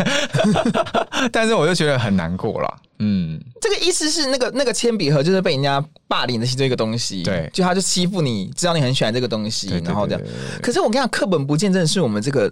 Speaker 2: 嗯
Speaker 3: [LAUGHS] 但是我就觉得很难过啦。嗯，
Speaker 2: 这个意思是那个那个铅笔盒就是被人家霸凌的其中一个东西，
Speaker 3: 对
Speaker 2: 就他就欺负你，知道你很喜欢这个东西
Speaker 3: 对，对
Speaker 2: 然后这样
Speaker 3: 对对对对。
Speaker 2: 可是我跟你讲，课本不见真的是我们这个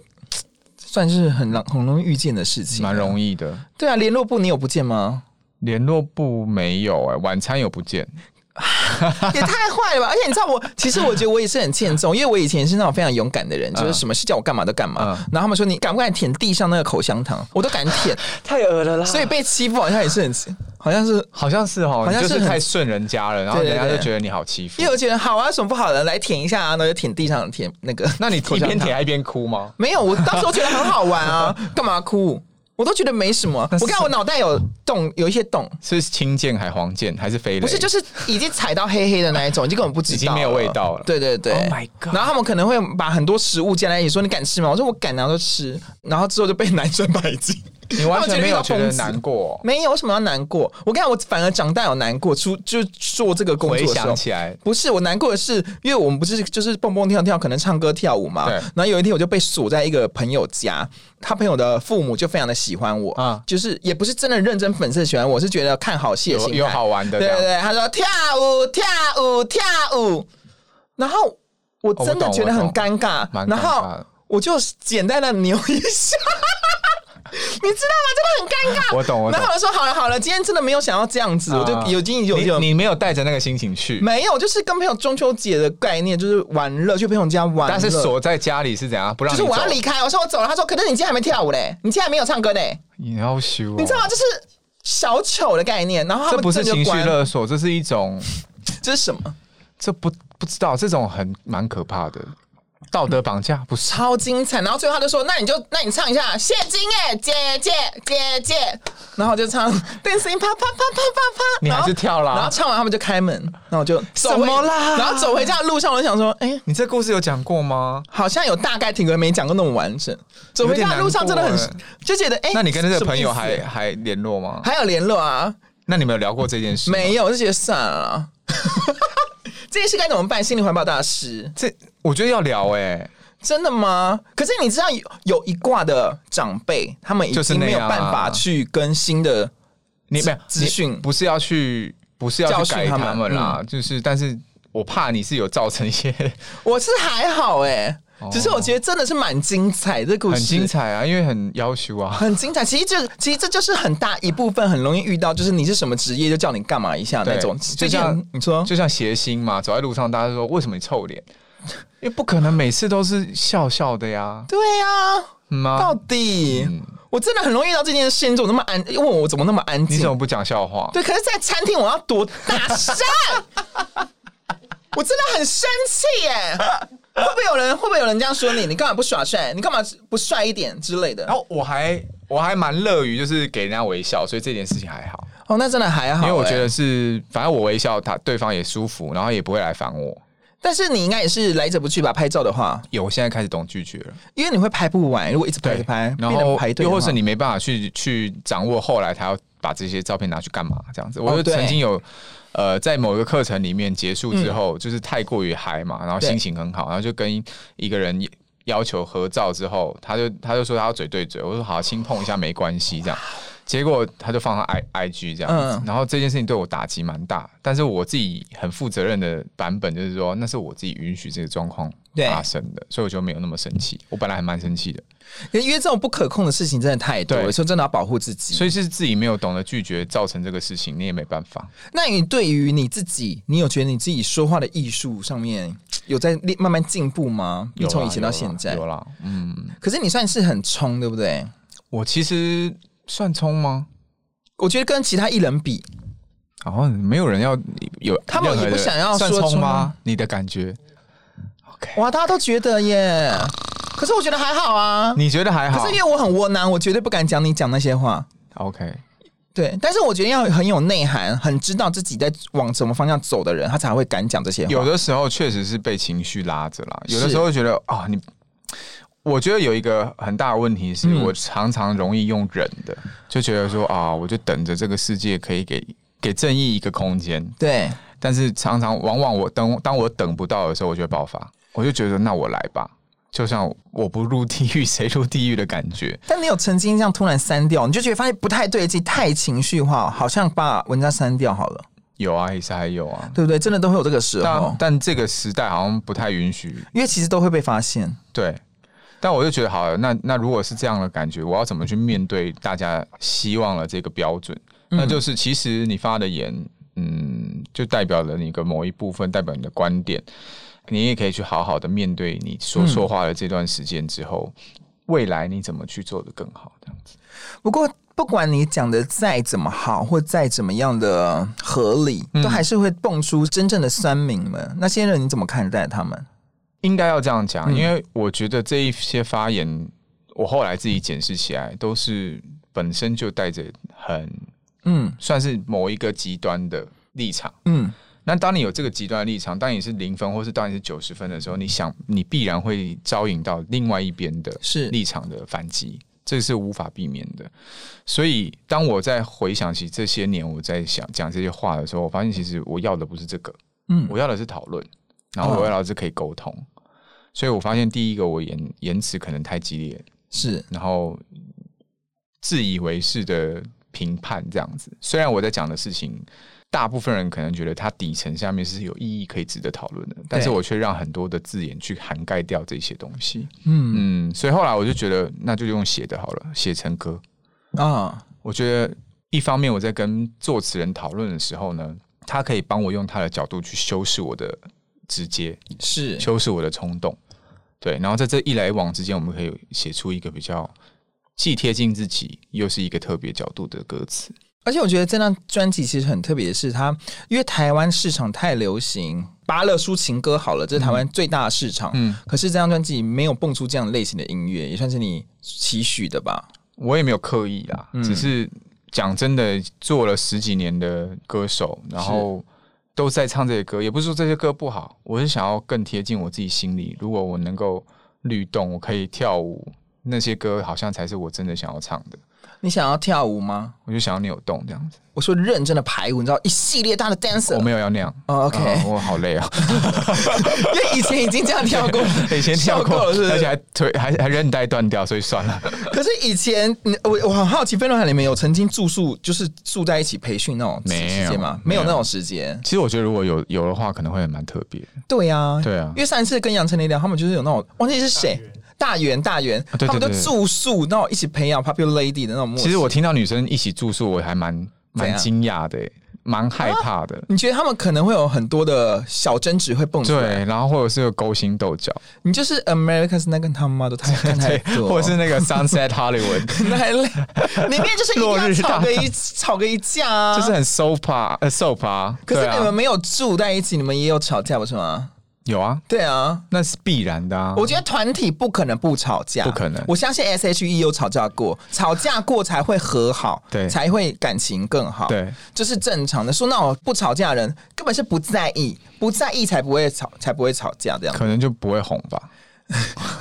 Speaker 2: 算是很容很容易遇见的事情，啊
Speaker 3: 蛮容易的。
Speaker 2: 对啊，联络部你有不见吗？
Speaker 3: 联络部没有哎、晚餐有不见， [LAUGHS]
Speaker 2: 也太坏了吧！而且你知道我，其实我觉得我也是很欠揍，因为我以前是那种非常勇敢的人，就是什么事叫我干嘛都干嘛。
Speaker 3: 嗯
Speaker 2: 然后他们说你敢不敢舔地上那个口香糖，我都敢
Speaker 3: [LAUGHS]
Speaker 2: 舔，
Speaker 3: 太恶了啦
Speaker 2: 所以被欺负好像也是很，好像是。
Speaker 3: 好像是哦，
Speaker 2: 好
Speaker 3: 你
Speaker 2: 像
Speaker 3: 就是是
Speaker 2: 很
Speaker 3: 太顺人家了，然后
Speaker 2: 对对
Speaker 3: 人家就
Speaker 2: 对
Speaker 3: 觉得你好欺负
Speaker 2: 因。为我觉得好啊，有什么不好的，来舔一下啊，然后就舔地上舔那个。 [LAUGHS]
Speaker 3: 那你
Speaker 2: 口
Speaker 3: 一
Speaker 2: 香
Speaker 3: 边
Speaker 2: 糖
Speaker 3: 舔还一边哭吗？
Speaker 2: 没有，我当时我觉得很好玩啊， [LAUGHS] 干嘛哭？我都觉得没什
Speaker 3: [LAUGHS]
Speaker 2: 么。
Speaker 3: 那是
Speaker 2: 我看我脑袋有洞，有一些洞，
Speaker 3: 是青箭还黄箭还是飞雷？
Speaker 2: 不是就是已经踩到黑黑的那一种，已经根本不知道了，
Speaker 3: 已经没有味道了
Speaker 2: 对对对
Speaker 3: Oh my god
Speaker 2: 然后他们可能会把很多食物加在一起，说你敢吃吗？我说我敢，然后就吃，然后之后就被男生排
Speaker 3: [LAUGHS]
Speaker 2: 挤。
Speaker 3: 你完全没有觉
Speaker 2: 那我
Speaker 3: 得
Speaker 2: 觉得遇到疯子
Speaker 3: 难过、哦
Speaker 2: 没有为什么要难过？我跟你讲，我反而长大有难过，出就做这个工作
Speaker 3: 回
Speaker 2: 的时候
Speaker 3: 想，起来，
Speaker 2: 不是我难过的是，因为我们不是就是蹦蹦跳跳，可能唱歌跳舞嘛。
Speaker 3: 对
Speaker 2: 然后有一天我就被锁在一个朋友家，他朋友的父母就非常的喜欢我，
Speaker 3: 啊
Speaker 2: 啊，就是也不是真的认真粉丝的喜欢我，是觉得看好戏的
Speaker 3: 有
Speaker 2: 心态
Speaker 3: 有好玩的这
Speaker 2: 对
Speaker 3: 样
Speaker 2: 对对，他说跳舞跳舞跳舞，然后我真的觉得很尴尬，
Speaker 3: 蛮尴尬的
Speaker 2: 然后我就简单的扭一下。 [LAUGHS] 你知道吗？真的很尴尬。
Speaker 3: 我懂我懂
Speaker 2: 然后我就说好了好了，今天真的没有想要这样子，我
Speaker 3: 啊
Speaker 2: 就有经有有
Speaker 3: 你你没有带着那个心情去，
Speaker 2: 没有，就是跟朋友中秋节的概念，就是玩乐，去朋友家玩乐。
Speaker 3: 但是锁在家里是怎样？不让
Speaker 2: 啊就
Speaker 3: 你
Speaker 2: 是
Speaker 3: 走
Speaker 2: 我要离开，我说我走了。他说，可是你今天还没跳舞嘞，你今天还没有唱歌嘞，
Speaker 3: 你要羞、哦，
Speaker 2: 你知道吗？就是小丑的概念。然后他
Speaker 3: 这
Speaker 2: 们
Speaker 3: 不是
Speaker 2: 真的
Speaker 3: 情
Speaker 2: 就
Speaker 3: 绪
Speaker 2: 关，
Speaker 3: 勒索，这是一种，
Speaker 2: 这是什么？
Speaker 3: 这不不知道，这种很蛮可怕的道德绑架，不是？
Speaker 2: 超精彩。然后最后他就说，那你就那你唱一下谢金哎，姐姐姐姐，然后我就唱 dancing 啪啪啪啪啪啪，
Speaker 3: [LAUGHS] 你还
Speaker 2: 然
Speaker 3: 是
Speaker 2: 后
Speaker 3: 跳啦
Speaker 2: 然后唱完他们就开门，然后我就走回
Speaker 3: 什么啦
Speaker 2: 然后走回家的路上，我就想说，哎、
Speaker 3: 你这故事有讲过吗？
Speaker 2: 好像有大概听过，没讲过那么完整。走回家的路上真的
Speaker 3: 有点
Speaker 2: 很
Speaker 3: 难
Speaker 2: 就觉得，哎、
Speaker 3: 那你跟那个
Speaker 2: 什么
Speaker 3: 朋
Speaker 2: 意思
Speaker 3: 友还还联络吗？
Speaker 2: 还有联络啊？
Speaker 3: 那你们有聊过这件
Speaker 2: [LAUGHS]
Speaker 3: 事？
Speaker 2: 没，有，就觉得算了啦。这件事该怎么办？心理环保大师，
Speaker 3: 这我觉得要聊哎、
Speaker 2: 真的吗？可是你知道有有一挂的长辈，他们已
Speaker 3: 就是
Speaker 2: 经
Speaker 3: 那
Speaker 2: 没有
Speaker 3: 样啊
Speaker 2: 办法去跟新的
Speaker 3: 你
Speaker 2: 资
Speaker 3: 没有
Speaker 2: 资讯
Speaker 3: 你不是要去，不是要
Speaker 2: 教
Speaker 3: 去
Speaker 2: 训
Speaker 3: 改
Speaker 2: 他们嗯
Speaker 3: 他们啦，就是但是我怕你是有造成一些
Speaker 2: 我是还好哎、只是我觉得真的是蛮精彩，这故事
Speaker 3: 哦很精，彩啊，因为很要求啊。
Speaker 2: 很精彩。其实这其实这就是很大一部分，很容易遇到，就是你是什么职业就叫你干嘛一下那
Speaker 3: 对
Speaker 2: 种。
Speaker 3: 就
Speaker 2: 最近
Speaker 3: 像
Speaker 2: 你说
Speaker 3: 就像谐星嘛，走在路上，大家都说为什么你臭脸？ [LAUGHS] 因为不可能每次都是笑笑的呀，
Speaker 2: 对呀、
Speaker 3: 嗯
Speaker 2: 啊，
Speaker 3: 啊
Speaker 2: 到底、我真的很容易遇到这件事，你怎么那么安？问我怎么那么安
Speaker 3: 你
Speaker 2: 静
Speaker 3: 怎？么不讲笑话？
Speaker 2: 对，可是，在餐厅我要多大
Speaker 3: [LAUGHS]
Speaker 2: 声？我真的很生气耶！会不会有人会不会有人这样说你？你干嘛不耍帅？你干嘛不帅一点之类的
Speaker 3: 然？后我还我还蛮乐于就是给人家微笑，所以这件事情还好，
Speaker 2: 哦，那真的还好哎
Speaker 3: 因
Speaker 2: 耶，
Speaker 3: 为我觉得是反正我微笑，他对方也舒服，然后也不会来烦我。
Speaker 2: 但是你应该也是来者不拒吧？拍照的话，
Speaker 3: 有，我现在开始懂拒绝了。
Speaker 2: 因为你会拍不完，如果一直拍一直拍，
Speaker 3: 然
Speaker 2: 变成
Speaker 3: 后
Speaker 2: 排队的
Speaker 3: 又
Speaker 2: 话，
Speaker 3: 或是你没办法去去掌握后来他要把这些照片拿去干嘛这样子。我就
Speaker 2: 哦对
Speaker 3: 曾经有、呃，在某一个课程里面结束之后，就是太过于嗨嘛，然后
Speaker 2: 嗯对
Speaker 3: 心情很好，然后就跟一个人要求合照之后，他就他就说他要嘴对嘴，我说好轻碰一下没关系这样。结果他就放他 i i g 这样子，
Speaker 2: 嗯
Speaker 3: 然后这件事情对我打击蛮大，但是我自己很负责任的版本就是说，那是我自己允许这个状况
Speaker 2: 对
Speaker 3: 发生的，所以我就没有那么生气。我本来还蛮生气的，
Speaker 2: 因为这种不可控的事情真的太多了，
Speaker 3: 对
Speaker 2: 所以真的要保护自己。
Speaker 3: 所以是自己没有懂得拒绝，造成这个事情，你也没办法。
Speaker 2: 那你对于你自己，你有觉得你自己说话的艺术上面有在练慢慢进步吗？你
Speaker 3: 有啦
Speaker 2: 从以前到现在
Speaker 3: 有啦，有啦嗯，
Speaker 2: 可是你算是很冲，对不对？
Speaker 3: 我其实算冲吗？
Speaker 2: 我觉得跟其他艺人比，
Speaker 3: 好像没有人要有，
Speaker 2: 他们
Speaker 3: 任何的
Speaker 2: 也不想要说
Speaker 3: 算冲
Speaker 2: 冲
Speaker 3: 吗
Speaker 2: 啊？
Speaker 3: 你的感觉？OK，
Speaker 2: 哇，大家都觉得耶。可是我觉得还好啊。
Speaker 3: 你觉得还好
Speaker 2: 可是因为我很窝囊，我绝对不敢讲你讲那些话。
Speaker 3: ？OK，
Speaker 2: 对，但是我觉得要很有内涵，很知道自己在往什么方向走的人，他才会敢讲这些话。
Speaker 3: 有的时候确实是被情绪拉着啦，有的
Speaker 2: 是
Speaker 3: 时候觉得啊，你。我觉得有一个很大的问题是，
Speaker 2: 嗯
Speaker 3: 我常常容易用忍的，就觉得说啊，我就等着这个世界可以给给正义一个空间，
Speaker 2: 对，
Speaker 3: 但是常常往往我等当我等不到的时候，我就会爆发，我就觉得那我来吧，就像我不入地狱 [LAUGHS] 谁入地狱的感觉。
Speaker 2: 但你有曾经这样突然删掉，你就觉得发现不太对劲，太情绪化，好像把文章删掉好了，
Speaker 3: 有啊，也是还有啊，
Speaker 2: 对不对？真的都会有这个时候
Speaker 3: 但，但这个时代好像不太允许。
Speaker 2: 因为其实都会被发现。
Speaker 3: 对，但我就觉得好了，那那如果是这样的感觉，我要怎么去面对大家希望的这个标准？那就是其实你发的言，嗯，就代表了你的某一部分，代表你的观点。你也可以去好好的面对你所说话的这段时间之后，未来你怎么去做的更好？这样子，
Speaker 2: 不过，不管你讲的再怎么好，或再怎么样的合理，
Speaker 3: 嗯
Speaker 2: 都还是会蹦出真正的酸民们。那些人你怎么看待他们？
Speaker 3: 应该要这样讲，因为我觉得这一些发言，我后来自己检视起来，都是本身就带着很
Speaker 2: 嗯
Speaker 3: 算是某一个极端的立场。
Speaker 2: 嗯，
Speaker 3: 那当你有这个极端的立场，当你是零分或是当你是九十分的时候，你想你必然会招引到另外一边的
Speaker 2: 是
Speaker 3: 立场的反击，这是无法避免的。所以，当我在回想起这些年我在想讲这些话的时候，我发现其实我要的不是这个，
Speaker 2: 嗯
Speaker 3: 我要的是讨论，然后我要的是可以沟通。所以我发现第一个我言言辞可能太激烈，
Speaker 2: 是
Speaker 3: 然后自以为是的评判这样子。虽然我在讲的事情，大部分人可能觉得它底层下面是有意义可以值得讨论的，但是我却让很多的字眼去涵盖掉这些东西。
Speaker 2: 嗯
Speaker 3: 嗯，所以后来我就觉得，那就用写的好了，写成歌。
Speaker 2: 啊，
Speaker 3: 我觉得一方面我在跟作词人讨论的时候呢，他可以帮我用他的角度去修饰我的直接，
Speaker 2: 是
Speaker 3: 修饰我的冲动。对，然后在这一来一往之间，我们可以写出一个比较既贴近自己，又是一个特别角度的歌词。
Speaker 2: 而且我觉得这张专辑其实很特别的是它，因为台湾市场太流行芭乐抒情歌好了，这是台湾最大的市场。
Speaker 3: 嗯
Speaker 2: 嗯，可是这张专辑没有蹦出这样类型的音乐，也算是你期许的吧？
Speaker 3: 我也没有刻意啦，只是讲真的，做了十几年的歌手，然后都在唱这些歌，也不是说这些歌不好，我是想要更贴近我自己心里。如果我能够律动，我可以跳舞，那些歌好像才是我真的想要唱的。
Speaker 2: 你想要跳舞吗？
Speaker 3: 我就想要扭动这样子。
Speaker 2: 我说认真的排舞，你知道一系列大的 dancer，
Speaker 3: 我没有要那样。
Speaker 2: 哦，OK
Speaker 3: 啊我好累啊、 [LAUGHS]，
Speaker 2: 因为以前已经这样跳过
Speaker 3: 以前跳
Speaker 2: 笑
Speaker 3: 过
Speaker 2: 了，是不
Speaker 3: 而且
Speaker 2: 是？
Speaker 3: 还腿还还韧带断掉，所以算了。
Speaker 2: [LAUGHS] 可是以前你我我很好奇，飞轮海里面有曾经住宿，就是住在一起培训那种
Speaker 3: 没有
Speaker 2: 时间吗？
Speaker 3: 没
Speaker 2: 没
Speaker 3: 有
Speaker 2: 有那种时间。
Speaker 3: [LAUGHS] 其实我觉得如果有有的话，可能会蛮特别的。
Speaker 2: 对呀，
Speaker 3: 对啊
Speaker 2: 因为上一次跟杨丞琳聊，他们就是有那种忘记是谁。大圆大圆，
Speaker 3: 啊对对
Speaker 2: 他们都
Speaker 3: 对对
Speaker 2: 住宿，那种一起培养 popular lady 的那种默契。
Speaker 3: 其实我听到女生一起住宿，我还蛮
Speaker 2: 怎
Speaker 3: 蛮
Speaker 2: 样
Speaker 3: 惊讶的、蛮害怕的。
Speaker 2: 你觉得他们可能会有很多的小争执会蹦出来？
Speaker 3: 对，然后或者是有勾心斗角，
Speaker 2: 你就是 America's 那个他妈的太看太
Speaker 3: 对， [LAUGHS]
Speaker 2: 多，
Speaker 3: 或
Speaker 2: [LAUGHS]
Speaker 3: 者是那个 Sunset Hollywood， [LAUGHS]
Speaker 2: 那还累，里面就是一定
Speaker 3: 落
Speaker 2: 要
Speaker 3: 日大
Speaker 2: 吵个一吵个一架啊。
Speaker 3: 就是很 soap 啊，呃 soap 啊。
Speaker 2: 可
Speaker 3: 对
Speaker 2: 是
Speaker 3: 啊
Speaker 2: 你们没有住在一起，你们也有吵架不是吗？
Speaker 3: 有啊，
Speaker 2: 对啊，
Speaker 3: 那是必然的啊。
Speaker 2: 我觉得团体不可能不吵架，
Speaker 3: 不可能
Speaker 2: 我相信 S H E 有吵架过，吵架过才会和好，
Speaker 3: 对
Speaker 2: 才会感情更好，
Speaker 3: 对，
Speaker 2: 这是正常的。说那种不吵架的人根本是不在意，不在意才不会吵，才不会吵架这样。
Speaker 3: 可能就不会红吧，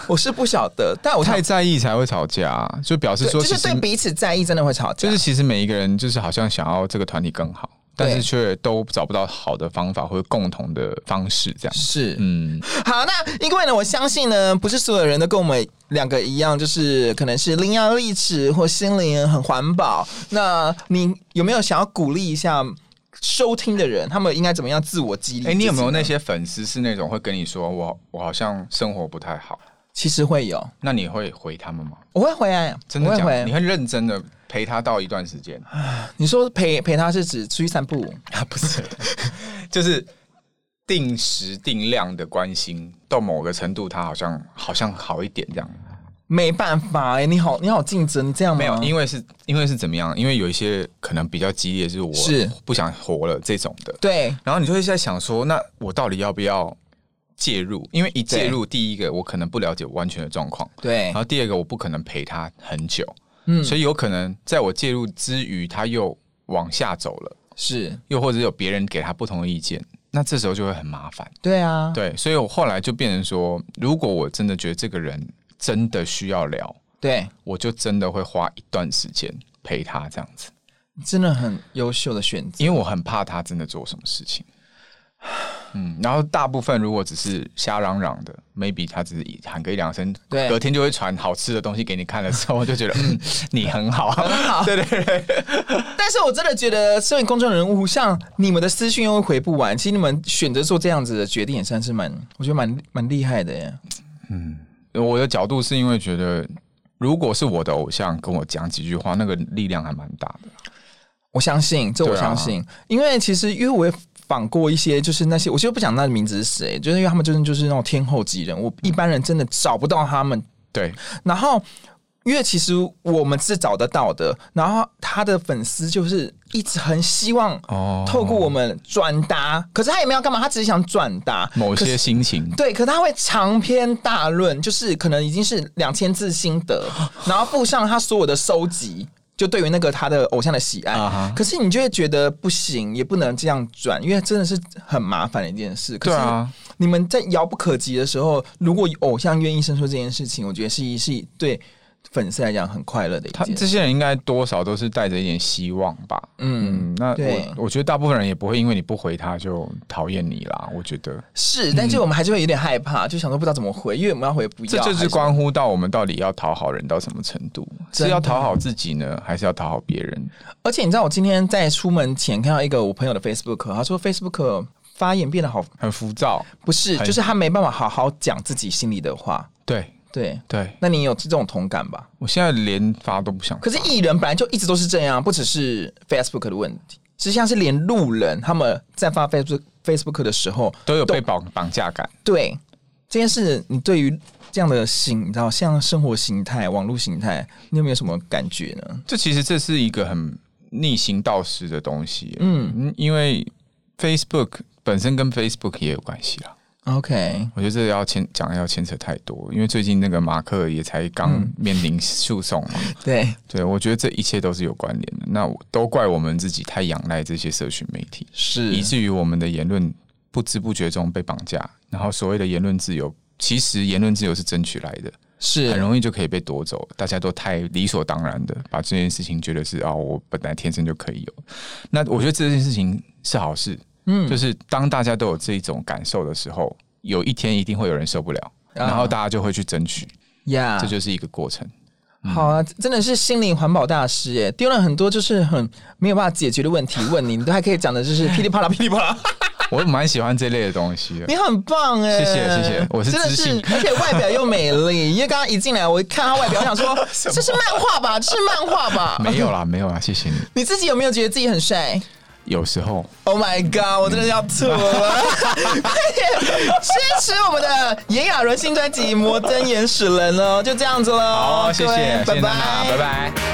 Speaker 2: 我是不晓得，但我
Speaker 3: 太在意才会吵架啊、就表示
Speaker 2: 对
Speaker 3: 说
Speaker 2: 就
Speaker 3: 其
Speaker 2: 是
Speaker 3: 实
Speaker 2: 对彼此在意真的会吵架，
Speaker 3: 就是其实每一个人就是好像想要这个团体更好，但是
Speaker 2: 对
Speaker 3: 却都找不到好的方法或者共同的方式，这样。
Speaker 2: 是
Speaker 3: 嗯，
Speaker 2: 好，那因为呢，我相信呢，不是所有人都跟我们两个一样，就是可能是伶牙俐齿或心灵很环保。那你有没有想要鼓励一下收听的人，他们应该怎么样自我激励？
Speaker 3: 哎、你有没有那？些粉丝是那种会跟你说我我好像生活不太好？
Speaker 2: 其实会有，
Speaker 3: 那你会回他们吗？
Speaker 2: 我会回来，啊
Speaker 3: 真的
Speaker 2: 我会
Speaker 3: 假
Speaker 2: 回
Speaker 3: 的？你
Speaker 2: 来。
Speaker 3: 会认真的陪他到一段时间？
Speaker 2: 你说陪陪他是指出去散步？
Speaker 3: 啊，不是，就是定时定量的关心，到某个程度，他好像好像好一点这样。
Speaker 2: 没办法哎、你好，你好竞争，你这样吗？
Speaker 3: 没有，因为是因为是怎么样？因为有一些可能比较激烈，就是我
Speaker 2: 是
Speaker 3: 不想活了这种的。
Speaker 2: 对
Speaker 3: 然后你就会在想说，那我到底要不要介入？因为一介入，第一个我可能不了解完全的状况，
Speaker 2: 对
Speaker 3: 然后第二个我不可能陪他很久，嗯，所以有可能在我介入之余，他又往下走了，
Speaker 2: 是，
Speaker 3: 又或者有别人给他不同的意见，那这时候就会很麻烦。
Speaker 2: 对啊，
Speaker 3: 对，所以我后来就变成说，如果我真的觉得这个人真的需要聊，
Speaker 2: 对，
Speaker 3: 我就真的会花一段时间陪他这样子，
Speaker 2: 真的很优秀的选择。
Speaker 3: 因为我很怕他真的做什么事情。嗯，然后大部分如果只是瞎嚷嚷的，maybe 他只是喊个一两声，
Speaker 2: 对
Speaker 3: 隔天就会传好吃的东西给你看的时候，我
Speaker 2: [LAUGHS]
Speaker 3: 就觉得嗯，你很好，好，对对对，
Speaker 2: 但是我真的觉得，身为公众人物，像你们的私讯又回不完，其实你们选择做这样子的决定，也算是蛮，我觉得蛮蛮厉害的耶。
Speaker 3: 我的角度是因为觉得，如果是我的偶像跟我讲几句话，那个力量还蛮大的。
Speaker 2: 我相信，这
Speaker 3: 对啊
Speaker 2: 我相信，因为其实因为我也访过一些，就是那些我就不讲那名字是谁，就是因为他们真的就是那种天后级人，我一般人真的找不到他们。
Speaker 3: 对，
Speaker 2: 然后，因为其实我们是找得到的，然后他的粉丝就是一直很希望
Speaker 3: 哦
Speaker 2: 透过我们转达，可是他也没有干嘛，他只是想转达
Speaker 3: 某
Speaker 2: 可是
Speaker 3: 些心情，
Speaker 2: 对，可他会长篇大论，就是可能已经是两千字心
Speaker 3: [GASPS]
Speaker 2: 得，然后附上他所有的收集，就对于那个他的偶像的喜爱。
Speaker 3: 啊哈
Speaker 2: 可是你就会觉得不行，也不能这样转，因为真的是很麻烦的一件事。可
Speaker 3: 对
Speaker 2: 是
Speaker 3: 啊，
Speaker 2: 你们在遥不可及的时候，如果偶像愿意伸出这件事情，我觉得是一是对粉丝来讲很快乐的一
Speaker 3: 他
Speaker 2: 件事。
Speaker 3: 这些人应该多少都是带着一点希望吧。嗯，那
Speaker 2: 对
Speaker 3: 我我觉得大部分人也不会因为你不回他就讨厌你啦。我觉得
Speaker 2: 是，但是我们还是会有点害怕，就想说不知道怎么回，因为我们要回不要，
Speaker 3: 嗯这就
Speaker 2: 还
Speaker 3: 是
Speaker 2: 是
Speaker 3: 关乎到我们到底要讨好人到什么程度，
Speaker 2: 真
Speaker 3: 是
Speaker 2: 的
Speaker 3: 要讨好自己呢，还是要讨好别人？
Speaker 2: 而且你知道，我今天在出门前看到一个我朋友的 Facebook，他说 Facebook 发言变得好，
Speaker 3: 很浮躁，
Speaker 2: 不是，
Speaker 3: 很
Speaker 2: 就是他没办法好好讲自己心里的话。
Speaker 3: 对
Speaker 2: 对，
Speaker 3: 对，
Speaker 2: 那你有这种同感吧？
Speaker 3: 我现在连发都不想发。
Speaker 2: 可是艺人本来就一直都是这样，不只是 Facebook 的问题，实际上是连路人他们在发 Facebook Facebook 的时候，
Speaker 3: 都有被绑绑架感，
Speaker 2: 对这件事，你对于这样的形，你知道，像生活形态、网络形态，你有没有什么感觉呢？
Speaker 3: 这其实这是一个很逆行道师的东西。嗯，因为 Facebook 本身跟 Facebook 也有关系啦。
Speaker 2: OK，
Speaker 3: 我觉得这个要牵讲的要牵扯太多，因为最近那个马克也才刚
Speaker 2: 嗯
Speaker 3: 面临诉讼嘛。
Speaker 2: 对，
Speaker 3: 对，我觉得这一切都是有关联的。那我都怪我们自己太仰赖这些社群媒体，
Speaker 2: 是
Speaker 3: 以至于我们的言论不知不觉中被绑架。然后所谓的言论自由，其实言论自由是争取来的，
Speaker 2: 是
Speaker 3: 很容易就可以被夺走。大家都太理所当然的把这件事情觉得是啊，我本来天生就可以有。那我觉得这件事情是好事，嗯，就是当大家都有这一种感受的时候，有一天一定会有人受不了，
Speaker 2: 啊
Speaker 3: 然后大家就会去争取，
Speaker 2: 呀
Speaker 3: 这就是一个过程。嗯
Speaker 2: 好啊，真的是心灵环保大师哎，丢了很多就是很没有办法解决的问题，问你，你都还可以讲的
Speaker 3: [LAUGHS]
Speaker 2: 就是噼里啪啦噼里啪啦，
Speaker 3: 我蛮喜欢这类的
Speaker 2: [LAUGHS]
Speaker 3: 东西的。
Speaker 2: 你很棒哎，
Speaker 3: 谢谢谢谢我是
Speaker 2: 真的
Speaker 3: 知性
Speaker 2: 是，而且外表又美丽，因为刚刚一进来我一看他外表，我想
Speaker 3: [LAUGHS]
Speaker 2: 说这是漫画吧，这是漫画吧，
Speaker 3: 没有啦，没有啦，谢谢你。
Speaker 2: 你自己有没有觉得自己很帅
Speaker 3: 有时候
Speaker 2: ？Oh my god！我真的要吐
Speaker 3: [LAUGHS]
Speaker 2: 了！快点支持我们的炎亚纶新专辑《摩登原始人》哦，就这样子喽。
Speaker 3: 好，谢
Speaker 2: 各
Speaker 3: 谢
Speaker 2: 位，
Speaker 3: 谢
Speaker 2: 拜
Speaker 3: 谢娜娜，
Speaker 2: 拜，
Speaker 3: 拜拜。